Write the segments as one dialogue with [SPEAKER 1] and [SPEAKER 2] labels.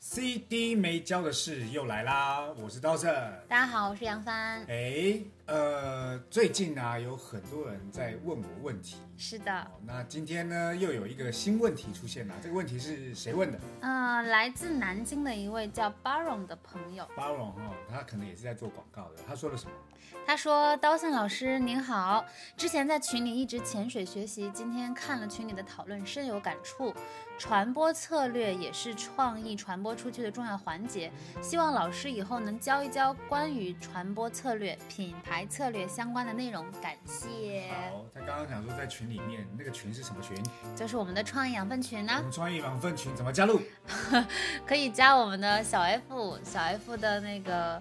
[SPEAKER 1] CD 没教的事又来啦！我是刀圣。
[SPEAKER 2] 大家好，我是杨帆。
[SPEAKER 1] 哎，呃，最近呢、有很多人在问我问题。
[SPEAKER 2] 是的，
[SPEAKER 1] 哦，那今天呢又有一个新问题出现啦。这个问题是谁问的？
[SPEAKER 2] 嗯、来自南京的一位叫 Baron 的朋友，
[SPEAKER 1] 巴龙哦，他可能也是在做广告的。他说了什么？
[SPEAKER 2] 他说：“刀森老师您好，之前在群里一直潜水学习，今天看了群里的讨论，深有感触。传播策略也是创意传播出去的重要环节，希望老师以后能教一教关于传播策略、品牌策略相关的内容。感谢，
[SPEAKER 1] 好，他刚刚讲说在群里面，那个群是什么群？
[SPEAKER 2] 就是我们的创意养分群呢、
[SPEAKER 1] 我们创意网分群怎么加入？
[SPEAKER 2] 可以加我们的小 F，小 F 的那个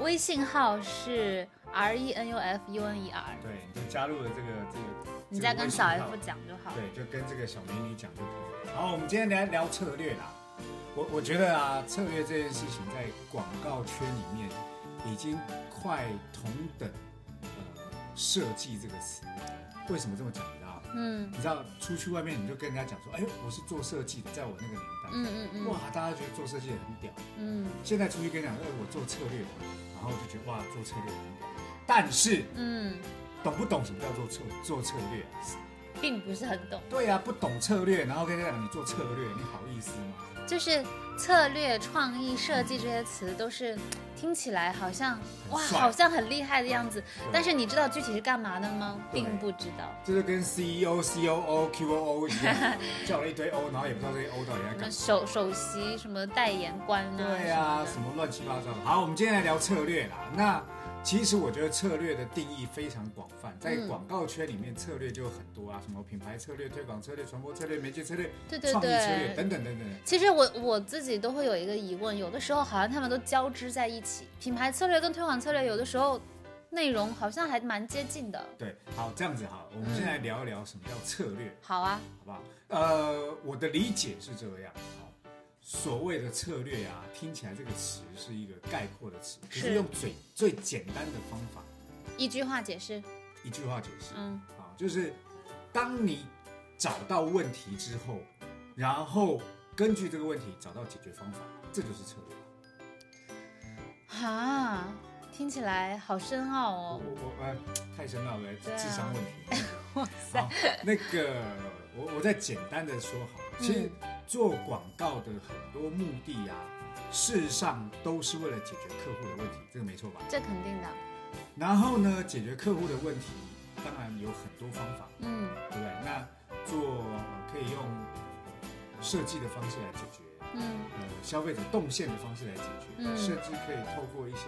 [SPEAKER 2] 微信号是 R E N U F U N E R，
[SPEAKER 1] 对，你就加入了这个这个。
[SPEAKER 2] 你再跟小
[SPEAKER 1] 这个微
[SPEAKER 2] F
[SPEAKER 1] 信号
[SPEAKER 2] 讲就好。
[SPEAKER 1] 对，就跟这个小美女讲就可以了。好，我们今天来聊策略啦。我我觉得啊，策略这件事情在广告圈里面已经快同等呃设计这个词。为什么这么讲？你知道吗？
[SPEAKER 2] 嗯
[SPEAKER 1] 你知道出去外面你就跟人家讲说，哎，我是做设计的，在我那个年代，
[SPEAKER 2] 嗯嗯嗯
[SPEAKER 1] 哇，大家觉得做设计的很屌。
[SPEAKER 2] 嗯
[SPEAKER 1] 现在出去跟人家讲，哎，我做策略的，然后就觉得哇，做策略很屌。但是
[SPEAKER 2] 嗯，
[SPEAKER 1] 懂不懂什么叫做策做策略啊、
[SPEAKER 2] 并不是很懂，
[SPEAKER 1] 对啊，不懂策略，然后跟人家讲你做策略，你好意思吗？
[SPEAKER 2] 就是策略、创意、设计这些词都是听起来好像哇，
[SPEAKER 1] 帅
[SPEAKER 2] 好像很厉害的样子，但
[SPEAKER 1] 是
[SPEAKER 2] 是你知道具体是干嘛的吗？
[SPEAKER 1] 对
[SPEAKER 2] 并不知道。
[SPEAKER 1] 这就跟 E CEO、COO、QOO 一 样，叫了一堆 O，然后也不知道这些 O 到底在
[SPEAKER 2] 什么
[SPEAKER 1] 干嘛。
[SPEAKER 2] 首首席什么代言官啊？
[SPEAKER 1] 对啊，
[SPEAKER 2] 什
[SPEAKER 1] 什
[SPEAKER 2] 么
[SPEAKER 1] 么乱七八糟的。好，我们今天来聊策略啦。那其实我觉得策略的定义非常广泛，在
[SPEAKER 2] 嗯
[SPEAKER 1] 广告圈里面，策略就有很多啊，什么品牌策略、推广策略、传播策略、媒介策略、
[SPEAKER 2] 的对对
[SPEAKER 1] 创意策略
[SPEAKER 2] 对，
[SPEAKER 1] 等等等等。
[SPEAKER 2] 其实我我自己都会有一个疑问，有的时候好像他们都交织在一起，品牌策略跟推广策略有的时候内容好像还蛮接近的。
[SPEAKER 1] 对，好，这样子哈，我们先来聊一聊什么叫策略。
[SPEAKER 2] 好啊，
[SPEAKER 1] 好不好？呃，我的理解是这样，好，所谓的策略啊，听起来这个词是一个概括的词，可是
[SPEAKER 2] 是
[SPEAKER 1] 用最最简单的方法，
[SPEAKER 2] 一句话解释，
[SPEAKER 1] 一句话解释
[SPEAKER 2] 嗯
[SPEAKER 1] 啊，就是当你找到问题之后，然后根据这个问题找到解决方法，这就是策略。
[SPEAKER 2] 啊，听起来好深奥
[SPEAKER 1] 我
[SPEAKER 2] 哦。
[SPEAKER 1] 我我呃，太深奥了，
[SPEAKER 2] 对啊
[SPEAKER 1] 智商问题。
[SPEAKER 2] 哇
[SPEAKER 1] 好，那个我我再简单的说好
[SPEAKER 2] 嗯
[SPEAKER 1] 了，其实做广告的很多目的啊，事实上都是为了解决客户的问题，这个没错吧？
[SPEAKER 2] 这肯定的，
[SPEAKER 1] 然后呢，解决客户的问题，当然有很多方法，
[SPEAKER 2] 嗯
[SPEAKER 1] 对不对？那做呃可以用设计的方式来解决，
[SPEAKER 2] 嗯，
[SPEAKER 1] 呃，消费者动线的方式来解决，
[SPEAKER 2] 嗯
[SPEAKER 1] 甚至可以透过一些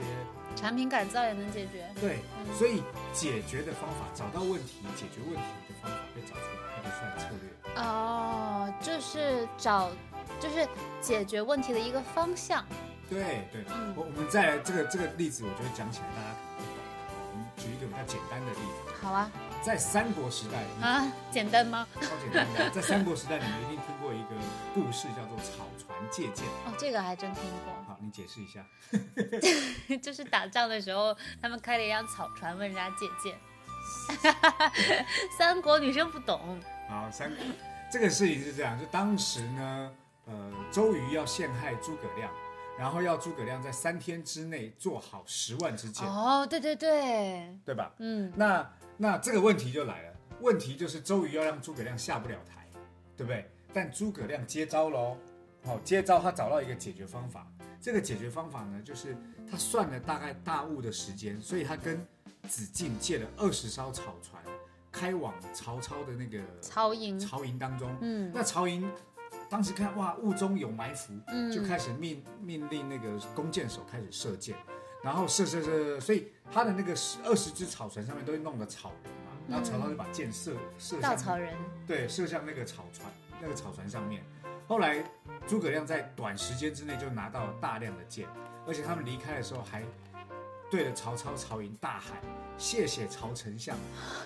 [SPEAKER 2] 产品改造也能解决。
[SPEAKER 1] 对，
[SPEAKER 2] 嗯
[SPEAKER 1] 所以解决的方法，找到问题，解决问题的方法被找出来，它就算策略。
[SPEAKER 2] 哦，这是找，就是解决问题的一个方向。
[SPEAKER 1] 对对，
[SPEAKER 2] 嗯
[SPEAKER 1] 我我们再来这个这个例子，我觉得讲起来大家可能不懂。我们举一个比较简单的例子，
[SPEAKER 2] 好啊
[SPEAKER 1] 在三国时代，
[SPEAKER 2] 啊，简单吗？
[SPEAKER 1] 超简单的，在三国时代，你们一定听过一个故事，叫做草船借箭。
[SPEAKER 2] 哦，这个还真听过。
[SPEAKER 1] 好，你解释一下，
[SPEAKER 2] 就是打仗的时候，他们开了一辆草船问人家借箭。三国女生不懂，
[SPEAKER 1] 好，三国这个事情是这样，就当时呢，呃，周瑜要陷害诸葛亮，然后要诸葛亮在三天之内做好十万支箭，
[SPEAKER 2] 哦，对对对，
[SPEAKER 1] 对吧？
[SPEAKER 2] 嗯，
[SPEAKER 1] 那那这个问题就来了，问题就是周瑜要让诸葛亮下不了台，对不对？但诸葛亮接招喽，好、接招他找到一个解决方法，这个解决方法呢，就是他算了大概大雾的时间，所以他跟子敬借了二十艘草船，开往曹操的那个
[SPEAKER 2] 曹营，
[SPEAKER 1] 曹营当中。
[SPEAKER 2] 嗯
[SPEAKER 1] 那曹营当时看哇，雾中有埋伏，
[SPEAKER 2] 嗯，
[SPEAKER 1] 就开始命命令那个弓箭手开始射箭，然后射射射射，所以他的那个二十只草船上面都会弄的草人嘛，然后曹操就把箭射射
[SPEAKER 2] 嗯稻
[SPEAKER 1] 向
[SPEAKER 2] 草人，
[SPEAKER 1] 对射向那个草船那个草船上面。后来诸葛亮在短时间之内就拿到了大量的箭，而且他们离开的时候还对着曹操曹营大喊：“谢谢曹丞相，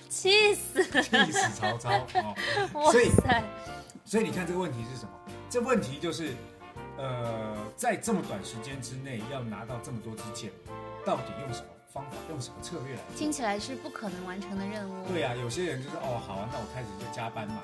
[SPEAKER 2] 气死！
[SPEAKER 1] 气死曹操！”哦，
[SPEAKER 2] 哇
[SPEAKER 1] 所以
[SPEAKER 2] 塞，
[SPEAKER 1] 所以你看这个问题是什么？这问题就是，呃，在这么短时间之内要拿到这么多支箭，到底用什么方法，用什么策略来做？
[SPEAKER 2] 听起来是不可能完成的任务。
[SPEAKER 1] 对啊，有些人就是哦，好啊，那我开始就加班嘛，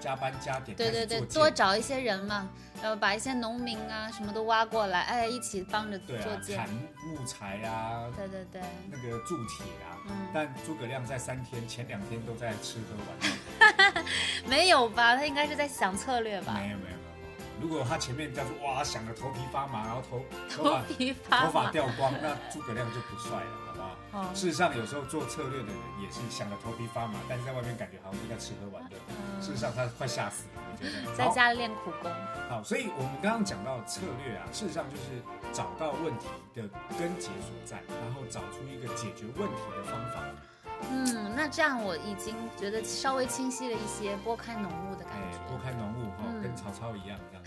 [SPEAKER 1] 加班加点，
[SPEAKER 2] 对
[SPEAKER 1] 开
[SPEAKER 2] 对
[SPEAKER 1] 始
[SPEAKER 2] 对，
[SPEAKER 1] 做
[SPEAKER 2] 多
[SPEAKER 1] 箭
[SPEAKER 2] 找一些人嘛，然后把一些农民啊什么都挖过来，哎，一起帮着
[SPEAKER 1] 对
[SPEAKER 2] 做
[SPEAKER 1] 啊，
[SPEAKER 2] 箭
[SPEAKER 1] 砍。木材啊，
[SPEAKER 2] 对对对，
[SPEAKER 1] 那个铸铁啊。
[SPEAKER 2] 嗯，
[SPEAKER 1] 但诸葛亮在三天前两天都在吃喝玩乐，
[SPEAKER 2] 没有吧？他应该是在想策略吧？
[SPEAKER 1] 没有没有没有。没有如果他前面这样说，哇，想的头皮发麻，然后头头
[SPEAKER 2] 头
[SPEAKER 1] 发
[SPEAKER 2] 皮发
[SPEAKER 1] 头发
[SPEAKER 2] 麻。
[SPEAKER 1] 掉光，那诸葛亮就不帅了，好不好？
[SPEAKER 2] 哦，
[SPEAKER 1] 事实上，有时候做策略的人也是想的头皮发麻，但是在外面感觉好像就在吃喝玩乐。
[SPEAKER 2] 嗯
[SPEAKER 1] 事实上，他快吓死了，我觉得。
[SPEAKER 2] 在
[SPEAKER 1] 好
[SPEAKER 2] 家练苦功。
[SPEAKER 1] 好，所以我们刚刚讲到策略啊，事实上就是找到问题的根结所在，然后找出一个解决问题的方法。
[SPEAKER 2] 嗯，那这样我已经觉得稍微清晰了一些，拨开浓雾的感
[SPEAKER 1] 哎，拨
[SPEAKER 2] 觉。
[SPEAKER 1] 开浓雾哈，
[SPEAKER 2] 嗯
[SPEAKER 1] 跟曹操一样这样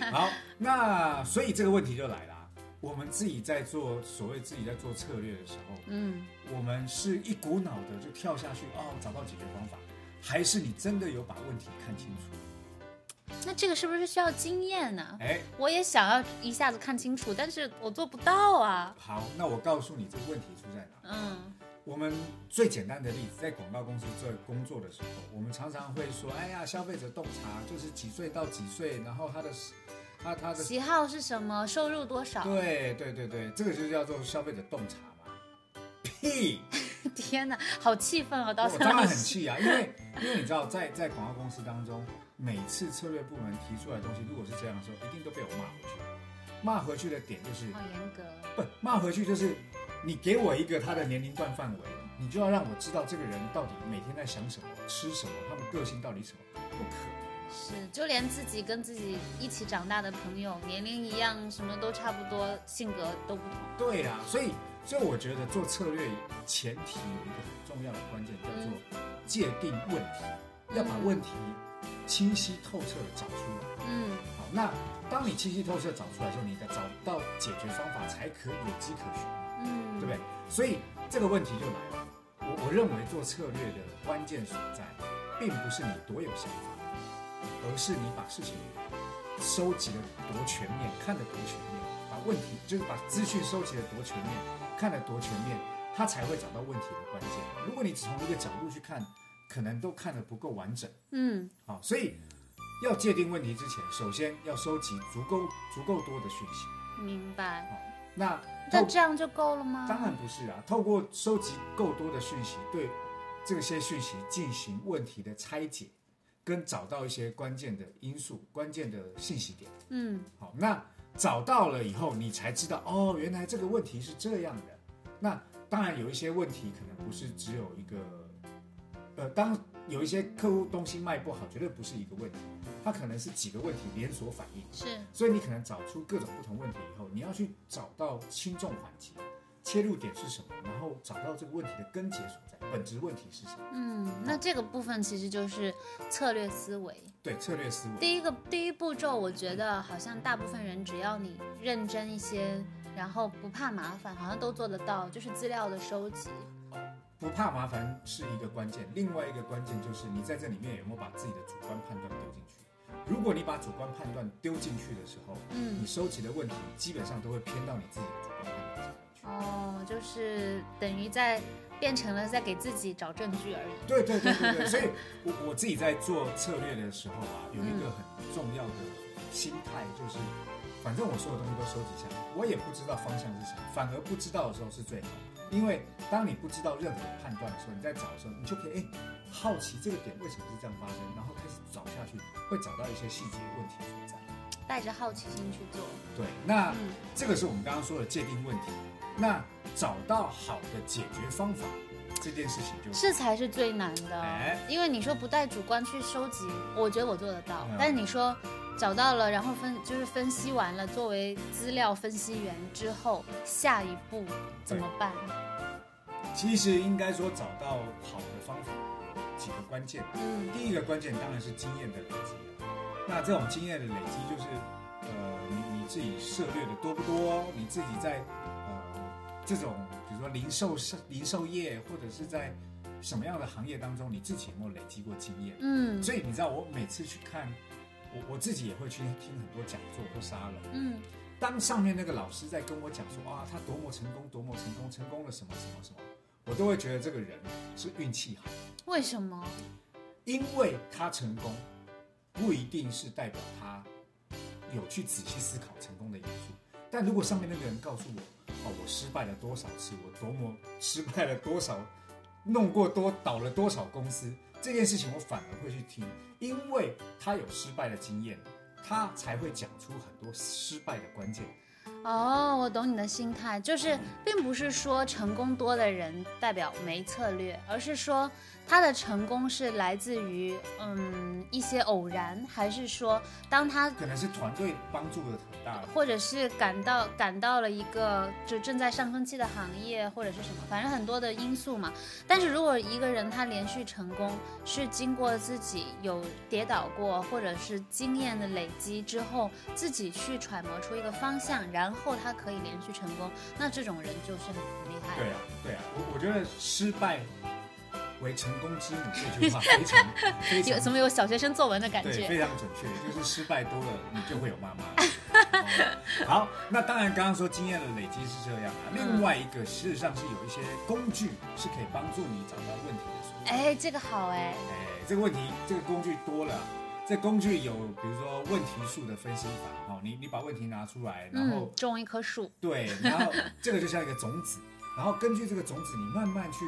[SPEAKER 1] 子。 好，那所以这个问题就来啦。我们自己在做所谓自己在做策略的时候，
[SPEAKER 2] 嗯，
[SPEAKER 1] 我们是一股脑的就跳下去哦，找到解决方法，还是你真的有把问题看清楚？
[SPEAKER 2] 那这个是不是需要经验呢？
[SPEAKER 1] 哎，
[SPEAKER 2] 我也想要一下子看清楚，但是我做不到啊。
[SPEAKER 1] 好，那我告诉你这个问题出在哪。
[SPEAKER 2] 嗯
[SPEAKER 1] 我们最简单的例子，在广告公司做工作的时候，我们常常会说，哎呀，消费者洞察就是几岁到几岁，然后他的他他的
[SPEAKER 2] 喜好是啊什么？收入多少？
[SPEAKER 1] 对对对对，这个就叫做消费者洞察嘛。屁！
[SPEAKER 2] 天哪，好气愤啊！刀
[SPEAKER 1] 我
[SPEAKER 2] 森
[SPEAKER 1] 当
[SPEAKER 2] 老
[SPEAKER 1] 然很
[SPEAKER 2] 师，
[SPEAKER 1] 气啊，因为因为你知道，在在广告公司当中，每次策略部门提出来的东西，如果是这样的时候，一定都被我骂回去。骂回去的点就是
[SPEAKER 2] 好严格。
[SPEAKER 1] 不骂回去就是你给我一个他的年龄段范围，你就要让我知道这个人到底每天在想什么、吃什么，他们个性到底什么，不可能啊。
[SPEAKER 2] 是，就连自己跟自己一起长大的朋友，年龄一样，什么都差不多，性格都不同。
[SPEAKER 1] 对啊，所以所以我觉得做策略前提有一个很重要的关键叫做界定问题，要把问题清晰透彻的找出来。
[SPEAKER 2] 嗯
[SPEAKER 1] 好，那当你清晰透彻地找出来的时候，你得找到解决方法才可有迹可循，对
[SPEAKER 2] 嗯，
[SPEAKER 1] 不对？所以这个问题就来了。我我认为做策略的关键所在，并不是你多有想法，而是你把事情收集的多全面，看得多全面，把问题就是把资讯收集的多全面，看得多全面，他才会找到问题的关键。如果你只从一个角度去看，可能都看得不够完整。
[SPEAKER 2] 嗯
[SPEAKER 1] 好，所以要界定问题之前，首先要收集足够足够多的讯息。
[SPEAKER 2] 明白。
[SPEAKER 1] 那
[SPEAKER 2] 那
[SPEAKER 1] 透
[SPEAKER 2] 这样就够了吗？
[SPEAKER 1] 当然不是啊，透过收集够多的讯息，对这些讯息进行问题的拆解，跟找到一些关键的因素、关键的信息点。
[SPEAKER 2] 嗯，
[SPEAKER 1] 好，那找到了以后，你才知道哦，原来这个问题是这样的。那当然有一些问题可能不是只有一个，呃，当有一些客户东西卖不好，绝对不是一个问题，它可能是几个问题连锁反应。
[SPEAKER 2] 是。
[SPEAKER 1] 所以你可能找出各种不同问题以后，你要去找到轻重缓急，切入点是什么，然后找到这个问题的根结所在，本质问题是什么？
[SPEAKER 2] 嗯，那这个部分其实就是策略思维。
[SPEAKER 1] 对，策略思维。
[SPEAKER 2] 第一个第一步骤，我觉得好像大部分人只要你认真一些，然后不怕麻烦，好像都做得到，就是资料的收集。
[SPEAKER 1] 不怕麻烦是一个关键，另外一个关键就是你在这里面有没有把自己的主观判断丢进去。如果你把主观判断丢进去的时候，你
[SPEAKER 2] 嗯，
[SPEAKER 1] 收集的问题基本上都会偏到你自己的主观判断上面去。
[SPEAKER 2] 哦，就是等于在变成了在给自己找证据而已。
[SPEAKER 1] 对对对对对，所以我我自己在做策略的时候啊，有一个很重要的心态，就是反正我所有东西都收集下来，我也不知道方向是什么，反而不知道的时候是最好，因为当你不知道任何判断的时候，你在找的时候，你就可以哎好奇这个点为什么是这样发生，然后开始找下去，会找到一些细节问题所在。
[SPEAKER 2] 带着好奇心去做。
[SPEAKER 1] 对，那。
[SPEAKER 2] 嗯
[SPEAKER 1] 这个是我们刚刚说的界定问题。那找到好的解决方法这件事情就，
[SPEAKER 2] 这才是最难的
[SPEAKER 1] 哎，
[SPEAKER 2] 因为你说不带主观去收集，我觉得我做得到
[SPEAKER 1] 嗯。
[SPEAKER 2] 但是你说找到了，然后分就是分析完了，作为资料分析员之后，下一步怎么办？
[SPEAKER 1] 其实应该说找到好的方法有几个关键。
[SPEAKER 2] 嗯
[SPEAKER 1] 第一个关键当然是经验的累积。那这种经验的累积就是，呃，你你自己涉略的多不多？你自己在呃这种比如说么零售是零售业，或者是在什么样的行业当中，你自己有没有累积过经验？
[SPEAKER 2] 嗯
[SPEAKER 1] 所以你知道，我每次去看，我我自己也会去听很多讲座或沙龙。
[SPEAKER 2] 嗯
[SPEAKER 1] 当上面那个老师在跟我讲说啊，他多么成功，多么成功，成功了什么什么什么，我都会觉得这个人是运气好，
[SPEAKER 2] 为什么？
[SPEAKER 1] 因为他成功，不一定是代表他有去仔细思考成功的因素。但如果上面那个人告诉我，哦，我失败了多少次，我多么失败了多少，弄过多倒了多少公司，这件事情我反而会去听，因为他有失败的经验，他才会讲出很多失败的关键。
[SPEAKER 2] 哦，我懂你的心态，就是并不是说成功多的人代表没策略，而是说他的成功是来自于嗯一些偶然，还是说当他
[SPEAKER 1] 可能是团队帮助的很大。
[SPEAKER 2] 或者是感到感到了一个就正在上升期的行业或者是什么，反正很多的因素嘛。但是如果一个人他连续成功是经过自己有跌倒过或者是经验的累积之后，自己去揣摩出一个方向，然后他可以连续成功，那这种人就是很厉害
[SPEAKER 1] 对
[SPEAKER 2] 的。
[SPEAKER 1] 啊，对啊，我我觉得失败为成功之母这 句话非常非
[SPEAKER 2] 有怎
[SPEAKER 1] 常
[SPEAKER 2] 么有小学生作文的感
[SPEAKER 1] 对，
[SPEAKER 2] 觉？
[SPEAKER 1] 非常准确，就是失败多了你就会有妈妈。哦 好，那当然刚刚说经验的累积是这样
[SPEAKER 2] 嗯
[SPEAKER 1] 啊，另外一个事实上是有一些工具是可以帮助你找到问题的所在。
[SPEAKER 2] 哎，这个好哎，
[SPEAKER 1] 哎，这个问题这个工具多了，这工具有比如说问题数的分析法，哦，你你把问题拿出来，然后
[SPEAKER 2] 嗯，种一棵树，
[SPEAKER 1] 对，然后这个就像一个种子，然后根据这个种子，你慢慢去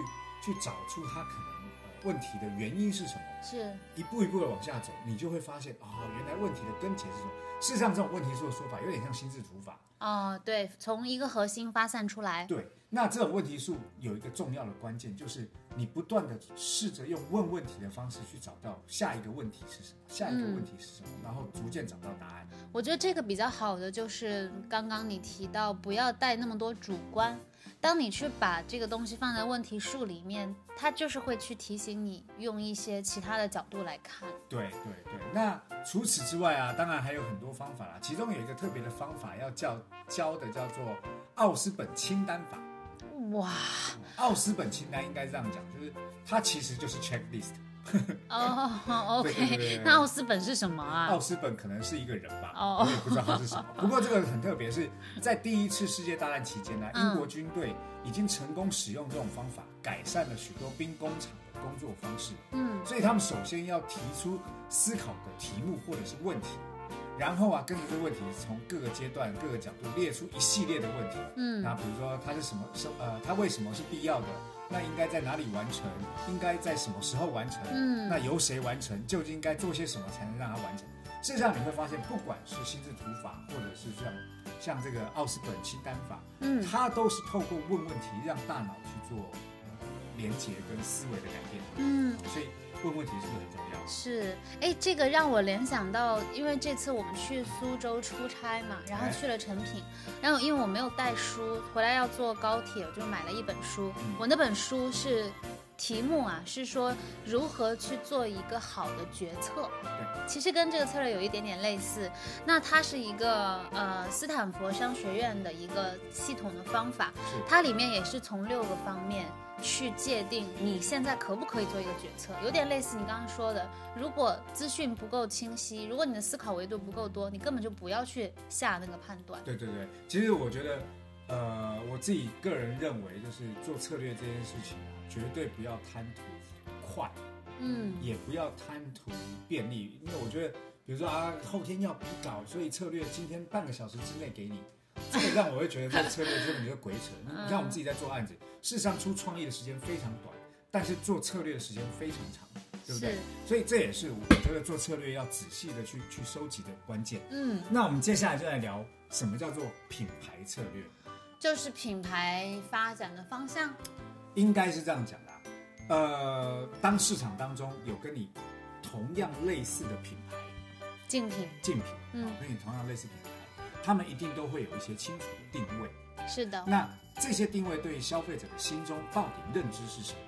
[SPEAKER 1] 去找出它可能呃问题的原因是什么，
[SPEAKER 2] 是
[SPEAKER 1] 一步一步的往下走，你就会发现哦，原来问题的根结是什么。事实上，这种问题数的说法有点像心智图法。
[SPEAKER 2] 哦，对，从一个核心发散出来，
[SPEAKER 1] 对，那这种问题数有一个重要的关键，就是你不断的试着用问问题的方式去找到下一个问题是什么，下一个问题是什么，然后逐渐找到答案。
[SPEAKER 2] 我觉得这个比较好的就是刚刚你提到，不要带那么多主观。当你去把这个东西放在问题树里面，它就是会去提醒你用一些其他的角度来看。
[SPEAKER 1] 对对对，那除此之外啊，当然还有很多方法啦。其中有一个特别的方法要教教的叫做奥斯本清单法。
[SPEAKER 2] 哇
[SPEAKER 1] 奥斯本清单应该这样讲，就是它其实就是 checklist。
[SPEAKER 2] 哦
[SPEAKER 1] 对 对对对
[SPEAKER 2] ，OK，
[SPEAKER 1] 对
[SPEAKER 2] 那奥斯本是什么
[SPEAKER 1] 奥
[SPEAKER 2] 啊？
[SPEAKER 1] 斯本可能是一个人吧，
[SPEAKER 2] 哦
[SPEAKER 1] 我也不知道他是什么。不过这个很特别，是在第一次世界大战期间呢、
[SPEAKER 2] 嗯
[SPEAKER 1] 英国军队已经成功使用这种方法，改善了许多兵工厂的工作方式。
[SPEAKER 2] 嗯，
[SPEAKER 1] 所以他们首先要提出思考的题目或者是问题，然后啊，根据这个问题，从各个阶段、各个角度列出一系列的问题。
[SPEAKER 2] 嗯
[SPEAKER 1] 那比如说它是什么是呃，它为什么是必要的？那应该在哪里完成？应该在什么时候完成？
[SPEAKER 2] 嗯
[SPEAKER 1] 那由谁完成？究竟应该做些什么才能让它完成？事实上，你会发现，不管是心智图法，或者是像像这个奥斯本清单法，
[SPEAKER 2] 嗯
[SPEAKER 1] 它都是透过问问题让大脑去做呃连接跟思维的改变。
[SPEAKER 2] 嗯。
[SPEAKER 1] 所以问问题是不是很重要？
[SPEAKER 2] 是，哎，这个让我联想到，因为这次我们去苏州出差嘛，然后
[SPEAKER 1] 哎
[SPEAKER 2] 去了成品，然后因为我没有带书，回来要坐高铁，我就买了一本书
[SPEAKER 1] 嗯。
[SPEAKER 2] 我那本书是题目啊，是说如何去做一个好的决策。
[SPEAKER 1] 对
[SPEAKER 2] 其实跟这个策略有一点点类似。那它是一个呃斯坦福商学院的一个系统的方法，
[SPEAKER 1] 是
[SPEAKER 2] 它里面也是从六个方面去界定你现在可不可以做一个决策，有点类似你刚刚说的，如果资讯不够清晰，如果你的思考维度不够多，你根本就不要去下那个判断。
[SPEAKER 1] 对对对，其实我觉得，呃，我自己个人认为，就是做策略这件事情啊，绝对不要贪图快，
[SPEAKER 2] 嗯
[SPEAKER 1] 也不要贪图便利，因为我觉得，比如说啊，后天要比稿，所以策略今天半个小时之内给你。这个让我会觉得这个策略根本就鬼 扯。你你看我们自己在做案子，事实上出创意的时间非常短，但是做策略的时间非常长，对不对
[SPEAKER 2] 是？
[SPEAKER 1] 所以这也是我觉得做策略要仔细的去去收集的关键。
[SPEAKER 2] 嗯，
[SPEAKER 1] 那我们接下来就来聊什么叫做品牌策略，
[SPEAKER 2] 就是品牌发展的方向。
[SPEAKER 1] 应该是这样讲的、啊。呃，当市场当中有跟你同样类似的品牌
[SPEAKER 2] 竞品，
[SPEAKER 1] 竞品，
[SPEAKER 2] 嗯
[SPEAKER 1] 跟你同样类似品牌，他们一定都会有一些清楚的定位。
[SPEAKER 2] 是的，
[SPEAKER 1] 那这些定位对于消费者的心中到底认知是什么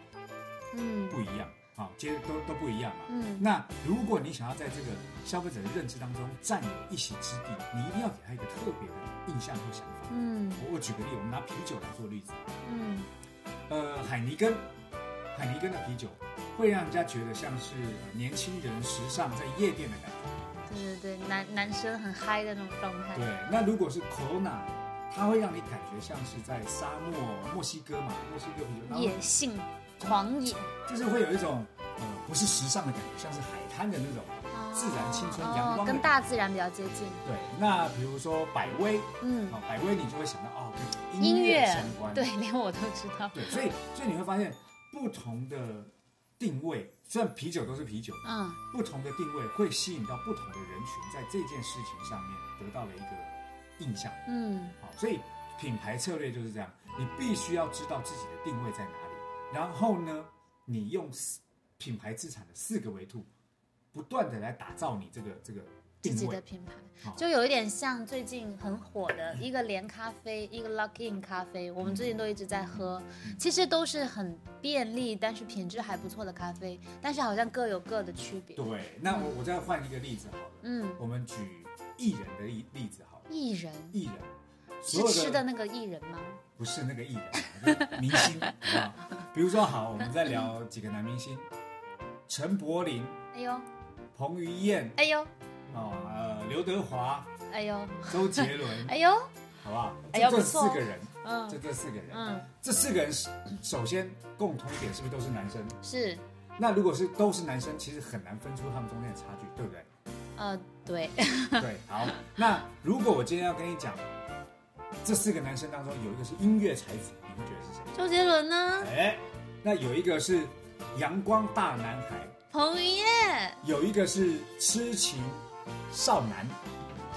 [SPEAKER 2] 嗯
[SPEAKER 1] 不一样啊、其实都都不一样嘛。
[SPEAKER 2] 嗯
[SPEAKER 1] 那如果你想要在这个消费者的认知当中占有一席之地，你一定要给他一个特别的印象或想法。
[SPEAKER 2] 嗯
[SPEAKER 1] 我我举个例，我们拿啤酒来做例子，啊
[SPEAKER 2] 嗯
[SPEAKER 1] 呃，海尼根，海尼根的啤酒会让人家觉得像是呃年轻人时尚在夜店的感觉。
[SPEAKER 2] 对对对，男男生很嗨的那种状态。
[SPEAKER 1] 对，那如果是 Corona，它会让你感觉像是在沙漠墨西哥嘛，墨西哥啤酒，然后
[SPEAKER 2] 野性、狂野，
[SPEAKER 1] 就是会有一种呃不是时尚的感觉，像是海滩的那种。自然青春阳光
[SPEAKER 2] 哦
[SPEAKER 1] 的
[SPEAKER 2] 跟大自然比较接近。
[SPEAKER 1] 对，那比如说百威，
[SPEAKER 2] 嗯，
[SPEAKER 1] 哦，百威你就会想到哦跟
[SPEAKER 2] 音
[SPEAKER 1] 音
[SPEAKER 2] 乐
[SPEAKER 1] 乐相关。
[SPEAKER 2] 对，连我都知 道。
[SPEAKER 1] 对，所以所以你会发现不同的定位，虽然啤酒都是啤酒，
[SPEAKER 2] 嗯，
[SPEAKER 1] 不同的定位会吸引到不同的人群，在这件事情上面得到了一个印象。
[SPEAKER 2] 嗯
[SPEAKER 1] 好，所以品牌策略就是这样，你必须要知道自己的定位在哪里，然后呢，你用四品牌资产的四个维度，不断的来打造你这个这个
[SPEAKER 2] 自己
[SPEAKER 1] 定
[SPEAKER 2] 的
[SPEAKER 1] 位。哦
[SPEAKER 2] 品牌
[SPEAKER 1] 好
[SPEAKER 2] 就有一点像最近很火的一个连咖啡，一个 Lock In 咖啡，我们最近都一直在喝，
[SPEAKER 1] 嗯
[SPEAKER 2] 其实都是很便利，但是品质还不错的咖啡，但是好像各有各的区别。
[SPEAKER 1] 对，那我我再换一个例子好了，
[SPEAKER 2] 嗯，
[SPEAKER 1] 我们举艺人的例例子好了，
[SPEAKER 2] 艺人
[SPEAKER 1] 艺人所
[SPEAKER 2] 是
[SPEAKER 1] 有
[SPEAKER 2] 吃的那个艺人吗？
[SPEAKER 1] 不是那个艺人，就是明星，好不好？比如说好，我们再聊几个男明星，陈柏霖、
[SPEAKER 2] 哎呦，
[SPEAKER 1] 彭于晏
[SPEAKER 2] 哎呦，
[SPEAKER 1] 哦，呃，刘德华、
[SPEAKER 2] 哎呦，
[SPEAKER 1] 周杰伦，
[SPEAKER 2] 哎呦，
[SPEAKER 1] 好不好？
[SPEAKER 2] 哎
[SPEAKER 1] 就
[SPEAKER 2] 呀
[SPEAKER 1] 这
[SPEAKER 2] 不错
[SPEAKER 1] 四个人，就
[SPEAKER 2] 嗯
[SPEAKER 1] 这四个人，
[SPEAKER 2] 嗯，
[SPEAKER 1] 这四个人是首先共同点是不是都是男生？
[SPEAKER 2] 是，
[SPEAKER 1] 那如果是都是男生，其实很难分出他们中间的差距，对不 对？
[SPEAKER 2] 呃，对，
[SPEAKER 1] 对，好。那如果我今天要跟你讲，这四个男生当中有一个是音乐才子，你会觉得是谁？
[SPEAKER 2] 周杰伦呢，
[SPEAKER 1] 哎，那有一个是阳光大男孩，
[SPEAKER 2] 彭于晏，
[SPEAKER 1] 有一个是痴情少男，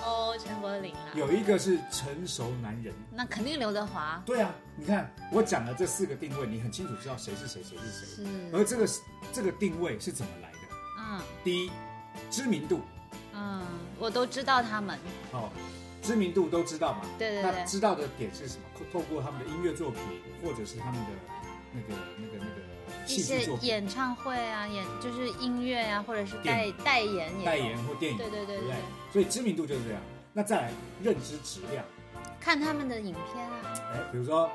[SPEAKER 2] 哦，陈柏霖啊，
[SPEAKER 1] 有一个是成熟男人。
[SPEAKER 2] 那肯定刘德华，
[SPEAKER 1] 对啊，你看我讲了这四个定位，你很清楚知道谁是谁，谁是谁。
[SPEAKER 2] 是，
[SPEAKER 1] 而这个这个定位是怎么来的？
[SPEAKER 2] 嗯
[SPEAKER 1] 第一，知名度，
[SPEAKER 2] 嗯，我都知道他们，
[SPEAKER 1] 哦，知名度都知道嘛。
[SPEAKER 2] 对对
[SPEAKER 1] 那
[SPEAKER 2] 对，
[SPEAKER 1] 知道的点是什么？透透过他们的音乐作品，或者是他们的那个那个那个
[SPEAKER 2] 一
[SPEAKER 1] 戏剧
[SPEAKER 2] 些
[SPEAKER 1] 作品、
[SPEAKER 2] 演唱会啊，演就是音乐啊，或者是代代言也
[SPEAKER 1] 代
[SPEAKER 2] 有
[SPEAKER 1] 言，或电影，
[SPEAKER 2] 对对对
[SPEAKER 1] 不
[SPEAKER 2] 对
[SPEAKER 1] 对，？所以知名度就是这样。那再来认知质量，
[SPEAKER 2] 看他们的影片啊，
[SPEAKER 1] 哎，比如说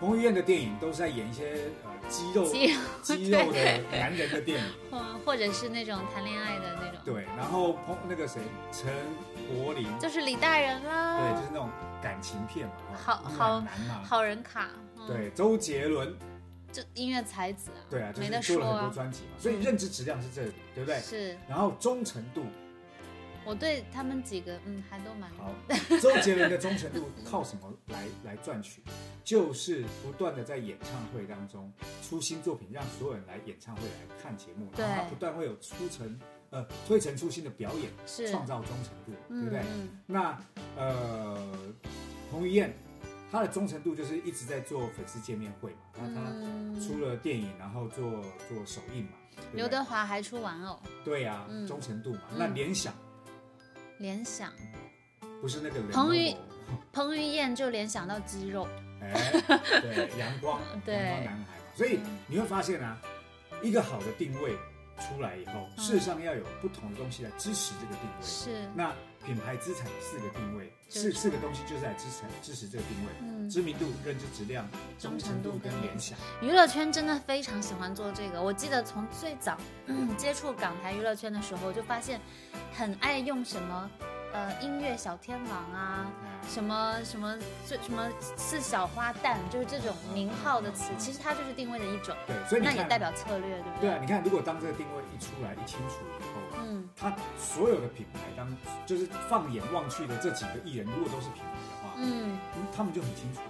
[SPEAKER 1] 彭于晏的电影都是在演一些呃肌肉
[SPEAKER 2] 肌肉
[SPEAKER 1] 肌肉的男人的电影，
[SPEAKER 2] 嗯， 或者是那种谈恋爱的那种，
[SPEAKER 1] 对。然后彭那个谁陈柏霖，
[SPEAKER 2] 就是李大人啦，
[SPEAKER 1] 对，就是那种感情片嘛，哦
[SPEAKER 2] 好好
[SPEAKER 1] 暖男嘛，
[SPEAKER 2] 好人卡，嗯，
[SPEAKER 1] 对，周杰伦，
[SPEAKER 2] 就音乐才子啊，
[SPEAKER 1] 对啊，就
[SPEAKER 2] 没得
[SPEAKER 1] 是做
[SPEAKER 2] 说
[SPEAKER 1] 了很多
[SPEAKER 2] 啊，
[SPEAKER 1] 专辑嘛，所以认知质量是这里，对不对？
[SPEAKER 2] 是
[SPEAKER 1] 然后忠诚度，
[SPEAKER 2] 我对他们几个，嗯，还都蛮，
[SPEAKER 1] 好，周杰伦的忠诚度靠什么来来赚取？就是不断的在演唱会当中出新作品，让所有人来演唱会来看节目，
[SPEAKER 2] 对
[SPEAKER 1] 然后他不断会有出成呃推陈出新的表演，
[SPEAKER 2] 是，
[SPEAKER 1] 创造忠诚度，对
[SPEAKER 2] 嗯
[SPEAKER 1] 不对？
[SPEAKER 2] 嗯，
[SPEAKER 1] 那呃，彭于晏他的忠诚度就是一直在做粉丝见面会嘛，那他。
[SPEAKER 2] 嗯，
[SPEAKER 1] 出了电影，然后做做首映嘛。对不对
[SPEAKER 2] 刘德华还出玩偶，
[SPEAKER 1] 对呀、啊
[SPEAKER 2] 嗯，
[SPEAKER 1] 忠诚度嘛。
[SPEAKER 2] 嗯
[SPEAKER 1] 那联想
[SPEAKER 2] 联想
[SPEAKER 1] 不是那个人
[SPEAKER 2] 彭于
[SPEAKER 1] 哦，
[SPEAKER 2] 彭于晏就联想到肌肉，
[SPEAKER 1] 哎， 对，阳光，
[SPEAKER 2] 对嗯
[SPEAKER 1] 阳光男孩嘛。所以你会发现啊，一个好的定位出来以后，事实上要有不同的东西来支持这个定位。
[SPEAKER 2] 嗯是，
[SPEAKER 1] 那品牌资产四个定位，
[SPEAKER 2] 就是
[SPEAKER 1] 四四个东西就是来支持支持这个定位：
[SPEAKER 2] 嗯。
[SPEAKER 1] 知名度、认知质量、
[SPEAKER 2] 忠
[SPEAKER 1] 忠
[SPEAKER 2] 诚
[SPEAKER 1] 诚
[SPEAKER 2] 度
[SPEAKER 1] 度跟
[SPEAKER 2] 跟联
[SPEAKER 1] 联想。
[SPEAKER 2] 娱乐圈真的非常喜欢做这个。我记得从最早、 接触港台娱乐圈的时候，就发现很爱用什么呃音乐小天王啊，什么什么最什么四小花旦，就是这种名号的词，其实它就是定位的一种，
[SPEAKER 1] 对，所以你
[SPEAKER 2] 那
[SPEAKER 1] 看
[SPEAKER 2] 也
[SPEAKER 1] 啊，
[SPEAKER 2] 代表策略，对
[SPEAKER 1] 对
[SPEAKER 2] 不对？
[SPEAKER 1] 啊，你看，如果当这个定位一出来一清楚以后，
[SPEAKER 2] 嗯，
[SPEAKER 1] 它所有的品牌当就是放眼望去的这几个艺人，如果都是品牌的话，
[SPEAKER 2] 嗯，
[SPEAKER 1] 嗯他们就很清楚。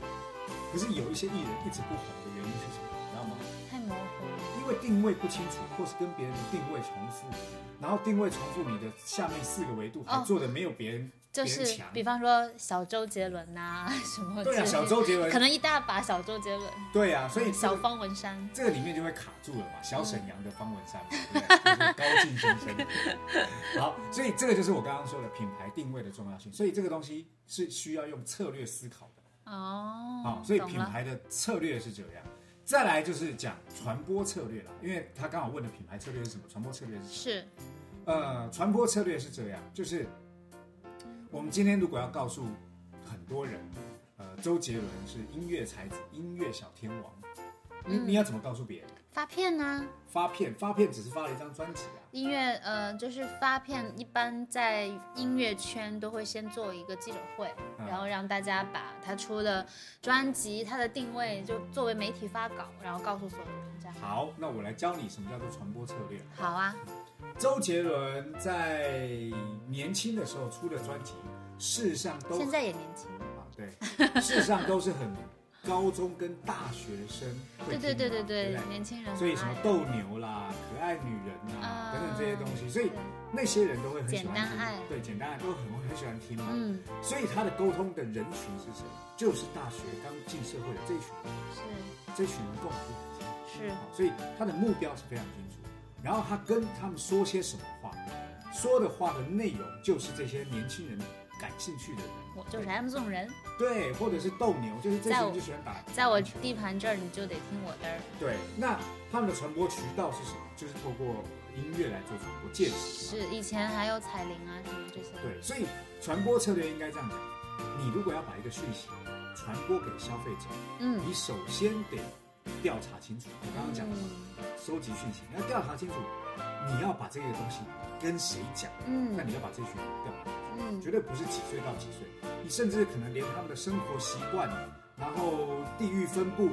[SPEAKER 1] 可是有一些艺人一直不红的原因是什么？你知道吗？
[SPEAKER 2] 太模糊了。
[SPEAKER 1] 因为定位不清楚，或是跟别人的定位重复，然后定位重复，你的下面四个维度还
[SPEAKER 2] 哦
[SPEAKER 1] 做的没有别人、
[SPEAKER 2] 就
[SPEAKER 1] 别人
[SPEAKER 2] 是
[SPEAKER 1] 强
[SPEAKER 2] 比。方说小周杰伦呐、什么
[SPEAKER 1] 对
[SPEAKER 2] 之
[SPEAKER 1] 啊，
[SPEAKER 2] 类
[SPEAKER 1] 小周杰
[SPEAKER 2] 可
[SPEAKER 1] 伦，
[SPEAKER 2] 能一大把小周杰伦、
[SPEAKER 1] 对啊，所以这
[SPEAKER 2] 小
[SPEAKER 1] 个
[SPEAKER 2] 方文山，
[SPEAKER 1] 这个里面就会卡住了嘛，小沈阳的方文山嘛，对 不对？就是高进先生。好，所以这个就是我刚刚说的品牌定位的重要性，所以这个东西是需要用策略思考的。
[SPEAKER 2] 哦，
[SPEAKER 1] 好，啊所以
[SPEAKER 2] 懂
[SPEAKER 1] 品
[SPEAKER 2] 了
[SPEAKER 1] 牌的策略是这样。再来就是讲传播策略了，因为他刚好问的品牌策略是什么，传播策略是什么？
[SPEAKER 2] 是
[SPEAKER 1] 呃，传播策略是这样，就是我们今天如果要告诉很多人，呃，周杰伦是音乐才子、音乐小天王，你
[SPEAKER 2] 嗯
[SPEAKER 1] 你要怎么告诉别人？
[SPEAKER 2] 发片呢、
[SPEAKER 1] 发片，发片只是发了一张专辑啊，
[SPEAKER 2] 音乐，呃，就是发片，一般在音乐圈都会先做一个记者会，
[SPEAKER 1] 嗯
[SPEAKER 2] 然后让大家把他出的专辑、他的定位，就作为媒体发稿，然后告诉所有人，这样。
[SPEAKER 1] 好，那我来教你什么叫做传播策略。
[SPEAKER 2] 好啊，
[SPEAKER 1] 周杰伦在年轻的时候出的专辑，事实上都
[SPEAKER 2] 现在也年轻。
[SPEAKER 1] 啊，对，事实上都是很高中跟大学生会
[SPEAKER 2] 对
[SPEAKER 1] 听
[SPEAKER 2] 对
[SPEAKER 1] 的
[SPEAKER 2] 对对
[SPEAKER 1] 嘛对
[SPEAKER 2] 对
[SPEAKER 1] 不，对
[SPEAKER 2] 年轻人很爱。
[SPEAKER 1] 所以什么斗牛啦、可爱女人啦、
[SPEAKER 2] 啊
[SPEAKER 1] 等等这些东西，所以
[SPEAKER 2] 对
[SPEAKER 1] 那些人都会很喜欢听
[SPEAKER 2] 简单爱
[SPEAKER 1] 对，简单爱都很很喜欢听嘛。
[SPEAKER 2] 嗯，
[SPEAKER 1] 所以他的沟通的人群是谁？就是大学刚进社会的这一群人，
[SPEAKER 2] 是
[SPEAKER 1] 这群人共同。
[SPEAKER 2] 是，
[SPEAKER 1] 所以他的目标是非常清楚，然后他跟他们说些什么话，说的话的内容就是这些年轻人感兴趣的人，
[SPEAKER 2] 我就是 M 这种人，
[SPEAKER 1] 对，或者是斗牛，就是这些
[SPEAKER 2] 在我
[SPEAKER 1] 人就喜欢打篮球，
[SPEAKER 2] 在我地盘这儿你就得听我的儿。
[SPEAKER 1] 对，那他们的传播渠道是什么？就是透过音乐来做传播，借此嘛
[SPEAKER 2] 是，以前还有彩铃啊什么这些。
[SPEAKER 1] 对，所以传播策略应该这样讲：你如果要把一个讯息传播给消费者，
[SPEAKER 2] 嗯，
[SPEAKER 1] 你首先得调查清楚。我刚刚讲的嘛，
[SPEAKER 2] 嗯
[SPEAKER 1] 收集讯息，你要调查清楚，你要把这个东西跟谁讲。
[SPEAKER 2] 嗯
[SPEAKER 1] 那你要把这群人调查，
[SPEAKER 2] 嗯
[SPEAKER 1] 绝对不是几岁到几岁，你甚至可能连他们的生活习惯，然后地域分布，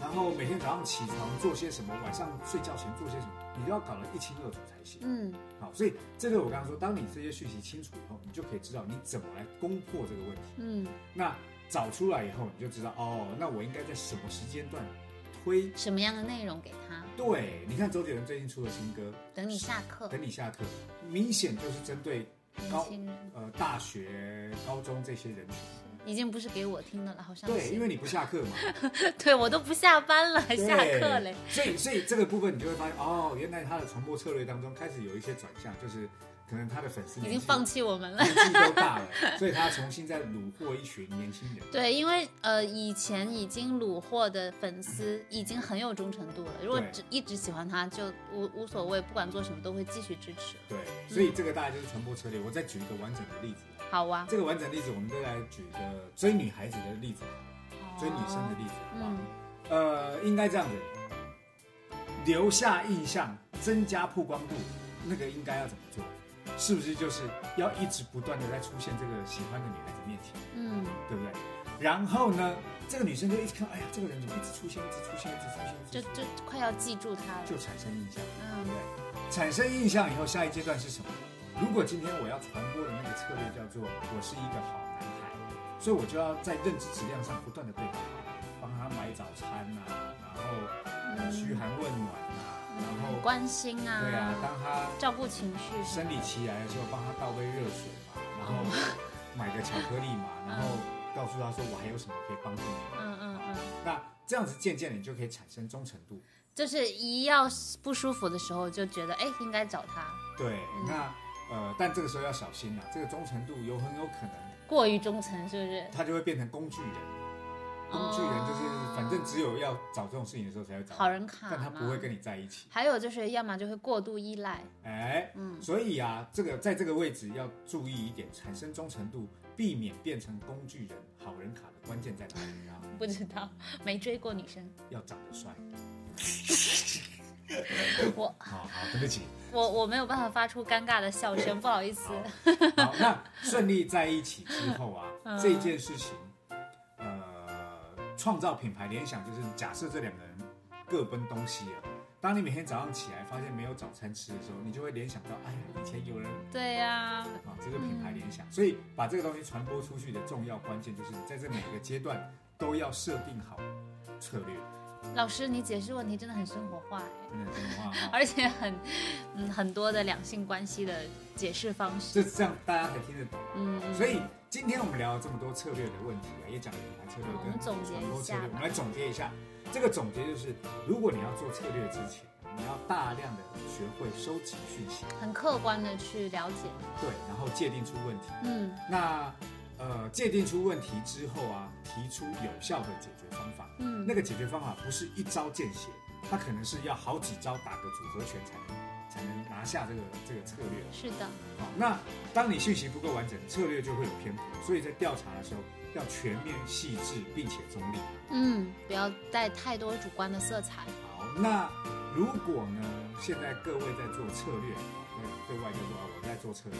[SPEAKER 1] 然后每天早上起床做些什么，晚上睡觉前做些什么，你都要搞得一清二楚才行。
[SPEAKER 2] 嗯
[SPEAKER 1] 好，所以这个我刚刚说，当你这些讯息清楚以后，你就可以知道你怎么来攻破这个问题。
[SPEAKER 2] 嗯，
[SPEAKER 1] 那找出来以后，你就知道哦，那我应该在什么时间段推。
[SPEAKER 2] 什么样的内容给他？
[SPEAKER 1] 对，你看周杰伦最近出的新歌
[SPEAKER 2] 等你下课
[SPEAKER 1] 《等。你下课》，明显就是针对
[SPEAKER 2] 年
[SPEAKER 1] 高
[SPEAKER 2] 轻人
[SPEAKER 1] 呃大学、高中这些人群。
[SPEAKER 2] 已经不是给我听的了，好像
[SPEAKER 1] 对，因为你不下课嘛，
[SPEAKER 2] 对我都不下班了，还
[SPEAKER 1] 对
[SPEAKER 2] 下课嘞。。
[SPEAKER 1] 所以，所以这个部分你就会发现，哦，原来他的传播策略当中开始有一些转向，就是可能他的粉丝
[SPEAKER 2] 已
[SPEAKER 1] 年纪
[SPEAKER 2] 经放弃我们了。
[SPEAKER 1] 年纪都大了，所以他重新再虏获一群年轻人。
[SPEAKER 2] 对，因为呃，以前已经虏获的粉丝已经很有忠诚度了。如果
[SPEAKER 1] 对
[SPEAKER 2] 只一直喜欢他，就无无所谓，不管做什么都会继续支持。
[SPEAKER 1] 对，所以这个大概就是传播策略。我再举一个完整的例子，
[SPEAKER 2] 好啊，
[SPEAKER 1] 这个完整例子我们再来举一个追女孩子的例子，追女生的
[SPEAKER 2] 哦
[SPEAKER 1] 例子，好不好？
[SPEAKER 2] 嗯，
[SPEAKER 1] 呃，应该这样子，留下印象，增加曝光度，那个应该要怎么做？是不是就是要一直不断的在出现这个喜欢的女孩子面前，
[SPEAKER 2] 嗯，
[SPEAKER 1] 对不对？然后呢，这个女生就一直看，哎呀，这个人怎么一直出现，一直出现，一直出现，一直
[SPEAKER 2] 就
[SPEAKER 1] 出
[SPEAKER 2] 就快要记住他了
[SPEAKER 1] 现，。就产生印象，对不
[SPEAKER 2] 嗯
[SPEAKER 1] 对？产生印象以后，下一阶段是什么？如果今天我要传播的那个策略叫做我是一个好男孩，所以我就要在认知质量上不断的对他好，帮他买早餐呐、然后呃嘘
[SPEAKER 2] 嗯，
[SPEAKER 1] 寒问暖啊，然后
[SPEAKER 2] 关心啊，
[SPEAKER 1] 对啊，当他
[SPEAKER 2] 照顾情绪什
[SPEAKER 1] 生
[SPEAKER 2] 么的，
[SPEAKER 1] 理期来的时候，帮他倒杯热水嘛，然后买个巧克力嘛，然后告诉他说我还有什么可以帮助你。
[SPEAKER 2] 嗯嗯嗯，
[SPEAKER 1] 那这样子渐渐的，你就可以产生忠诚度。
[SPEAKER 2] 就是一要不舒服的时候就觉得哎应该找他，
[SPEAKER 1] 对，
[SPEAKER 2] 嗯
[SPEAKER 1] 那呃，但这个时候要小心啊啦，这个忠诚度有很有可能
[SPEAKER 2] 过于忠诚是不是？
[SPEAKER 1] 他就会变成工具人。工具人就是
[SPEAKER 2] 哦
[SPEAKER 1] 反正只有要找这种事情的时候才会找，
[SPEAKER 2] 好人卡嘛，
[SPEAKER 1] 但他不会跟你在一起。
[SPEAKER 2] 还有就是，要么就会过度依赖，
[SPEAKER 1] 哎，
[SPEAKER 2] 嗯
[SPEAKER 1] 所以啊，这个在这个位置要注意一点，产生忠诚度，避免变成工具人、好人卡的关键在哪里啊？
[SPEAKER 2] 不知道 没追过女生。
[SPEAKER 1] 要长得帅。
[SPEAKER 2] 我
[SPEAKER 1] 好好，对不起。
[SPEAKER 2] 我我没有办法发出尴尬的笑声，不好意思
[SPEAKER 1] 好。， 好，那顺利在一起之后啊，
[SPEAKER 2] 嗯
[SPEAKER 1] 这件事情，呃，创造品牌联想就是假设这两个人各奔东西啊。当你每天早上起来发现没有早餐吃的时候，你就会联想到，哎呀，以前有人
[SPEAKER 2] 对呀、
[SPEAKER 1] 啊，这个品牌联想。所以把这个东西传播出去的重要关键就是你在这每个阶段都要设定好策略，
[SPEAKER 2] 老师你解释问题真的很生活化，
[SPEAKER 1] 真的真的话哈，
[SPEAKER 2] 而且很嗯很多的两性关系的解释方式。
[SPEAKER 1] 这这样大家才听得懂。
[SPEAKER 2] 嗯，
[SPEAKER 1] 所以今天我们聊了这么多策略的问题啊，也讲了品牌策略
[SPEAKER 2] 我们
[SPEAKER 1] 跟
[SPEAKER 2] 总结
[SPEAKER 1] 传播
[SPEAKER 2] 一
[SPEAKER 1] 策
[SPEAKER 2] 下
[SPEAKER 1] 略，
[SPEAKER 2] 吧
[SPEAKER 1] 我们来总结一下。这个总结就是，如果你要做策略之前，你要大量的学会收集讯息，
[SPEAKER 2] 很客观的去了解。
[SPEAKER 1] 对，然后界定出问题。
[SPEAKER 2] 嗯
[SPEAKER 1] 那呃，界定出问题之后啊，提出有效的解决方法。
[SPEAKER 2] 嗯
[SPEAKER 1] 那个解决方法不是一招见血，它可能是要好几招打个组合拳才能才能拿下这个这个策略。
[SPEAKER 2] 是的，
[SPEAKER 1] 好，那当你信息不够完整，策略就会有偏颇，所以在调查的时候要全面、细致并且中立。
[SPEAKER 2] 嗯，不要带太多主观的色彩。
[SPEAKER 1] 好，那如果呢，现在各位在做策略，那对外就说啊，我在做策略。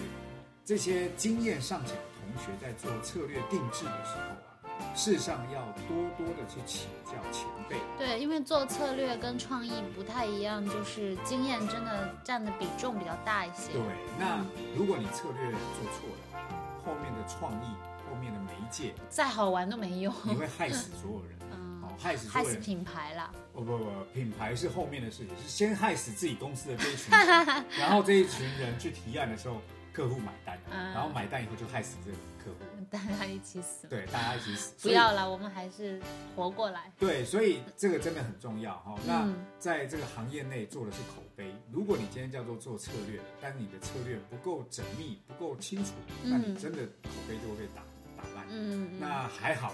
[SPEAKER 1] 这些经验尚浅的同学在做策略定制的时候啊，事实上要多多的去请教前辈。
[SPEAKER 2] 对，因为做策略跟创意不太一样，就是经验真的占的比重比较大一些。
[SPEAKER 1] 对，那如果你策略做错了，后面的创意、后面的媒介，
[SPEAKER 2] 再好玩都没用。
[SPEAKER 1] 你会害死所有人。
[SPEAKER 2] 嗯，
[SPEAKER 1] 好，害死所
[SPEAKER 2] 害
[SPEAKER 1] 有
[SPEAKER 2] 死
[SPEAKER 1] 人。
[SPEAKER 2] 品牌啦。
[SPEAKER 1] 哦不不，不品牌是后面的事情，是先害死自己公司的这一群 人，然后这一群人去提案的时候，客户买单，
[SPEAKER 2] 嗯
[SPEAKER 1] 然后买单以后就害死这个客户，
[SPEAKER 2] 大家一起死。
[SPEAKER 1] 对，大家一起死。
[SPEAKER 2] 不
[SPEAKER 1] 所以
[SPEAKER 2] 要啦，我们还是活过来。
[SPEAKER 1] 对，所以这个真的很重要哈、那
[SPEAKER 2] 嗯
[SPEAKER 1] 在这个行业内做的是口碑，如果你今天叫做做策略，但你的策略不够缜密、不够清楚，
[SPEAKER 2] 嗯
[SPEAKER 1] 那你真的口碑就会被打打烂。
[SPEAKER 2] 嗯，嗯
[SPEAKER 1] 那还好，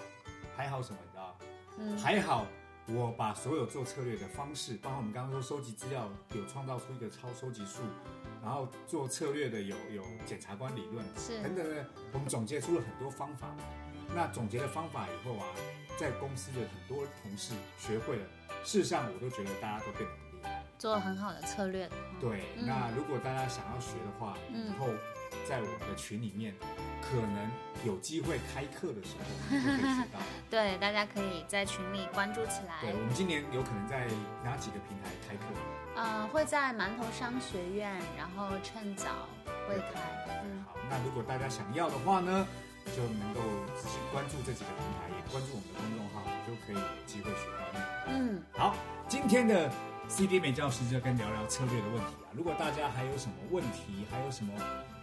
[SPEAKER 1] 还好什么你知道？
[SPEAKER 2] 嗯
[SPEAKER 1] 还好，我把所有做策略的方式，包括我们刚刚说收集资料，有创造出一个超收集术，然后做策略的有有检察官理论
[SPEAKER 2] 是
[SPEAKER 1] 等等的，我们总结出了很多方法。那总结了方法以后啊，在公司的很多同事学会了，事实上我都觉得大家都变得很厉害。
[SPEAKER 2] 做很好的策略。
[SPEAKER 1] 对，
[SPEAKER 2] 嗯
[SPEAKER 1] 那如果大家想要学的话，
[SPEAKER 2] 嗯
[SPEAKER 1] 以后在我们的群里面，可能有机会开课的时候，你就可以学到。
[SPEAKER 2] 对，大家可以在群里关注起来
[SPEAKER 1] 对，。我们今年有可能在哪几个平台开课？
[SPEAKER 2] 呃，会在馒头商学院，然后趁早会开。嗯，
[SPEAKER 1] 好，那如果大家想要的话呢，就能够仔细关注这几个平台，也关注我们的公众号，就可以有机会学到内容。
[SPEAKER 2] 嗯，
[SPEAKER 1] 好，今天的 CD 美教师就跟聊聊策略的问题啊。如果大家还有什么问题，还有什么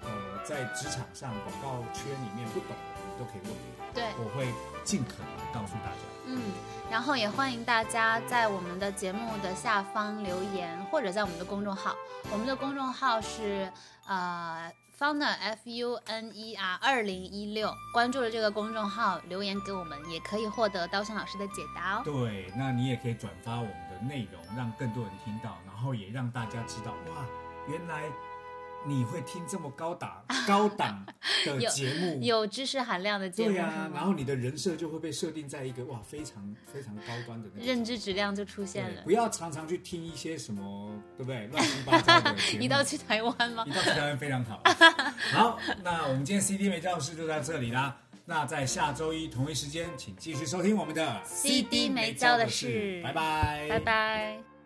[SPEAKER 1] 呃在职场上广告圈里面不懂的，你都可以问我，
[SPEAKER 2] 对，
[SPEAKER 1] 我会尽可能地告诉大家。
[SPEAKER 2] 嗯，然后也欢迎大家在我们的节目的下方留言，或者在我们的公众号。我们的公众号是呃 Funer F U N E R 二零一六，关注了这个公众号，留言给我们，也可以获得刀仙老师的解答哦。
[SPEAKER 1] 对，那你也可以转发我们的内容，让更多人听到，然后也让大家知道，哇，原来你会听这么高档、高档的
[SPEAKER 2] 有
[SPEAKER 1] 节目。
[SPEAKER 2] 有知识含量的节目
[SPEAKER 1] 对
[SPEAKER 2] 是
[SPEAKER 1] 呀、
[SPEAKER 2] 吗，
[SPEAKER 1] 然后你的人设就会被设定在一个哇非常非常高端的那个
[SPEAKER 2] 认知质量就出现
[SPEAKER 1] 对，
[SPEAKER 2] 了
[SPEAKER 1] 不。要常常去听一些什么，对不对？乱七八糟的 节目。
[SPEAKER 2] 一到去台湾吗
[SPEAKER 1] 你？到台湾非常好。好，那我们今天 CD 美教室就到这里啦。那在下周一同一时间，请继续收听我们的
[SPEAKER 2] CD 美教的事
[SPEAKER 1] 拜拜，
[SPEAKER 2] 拜。拜。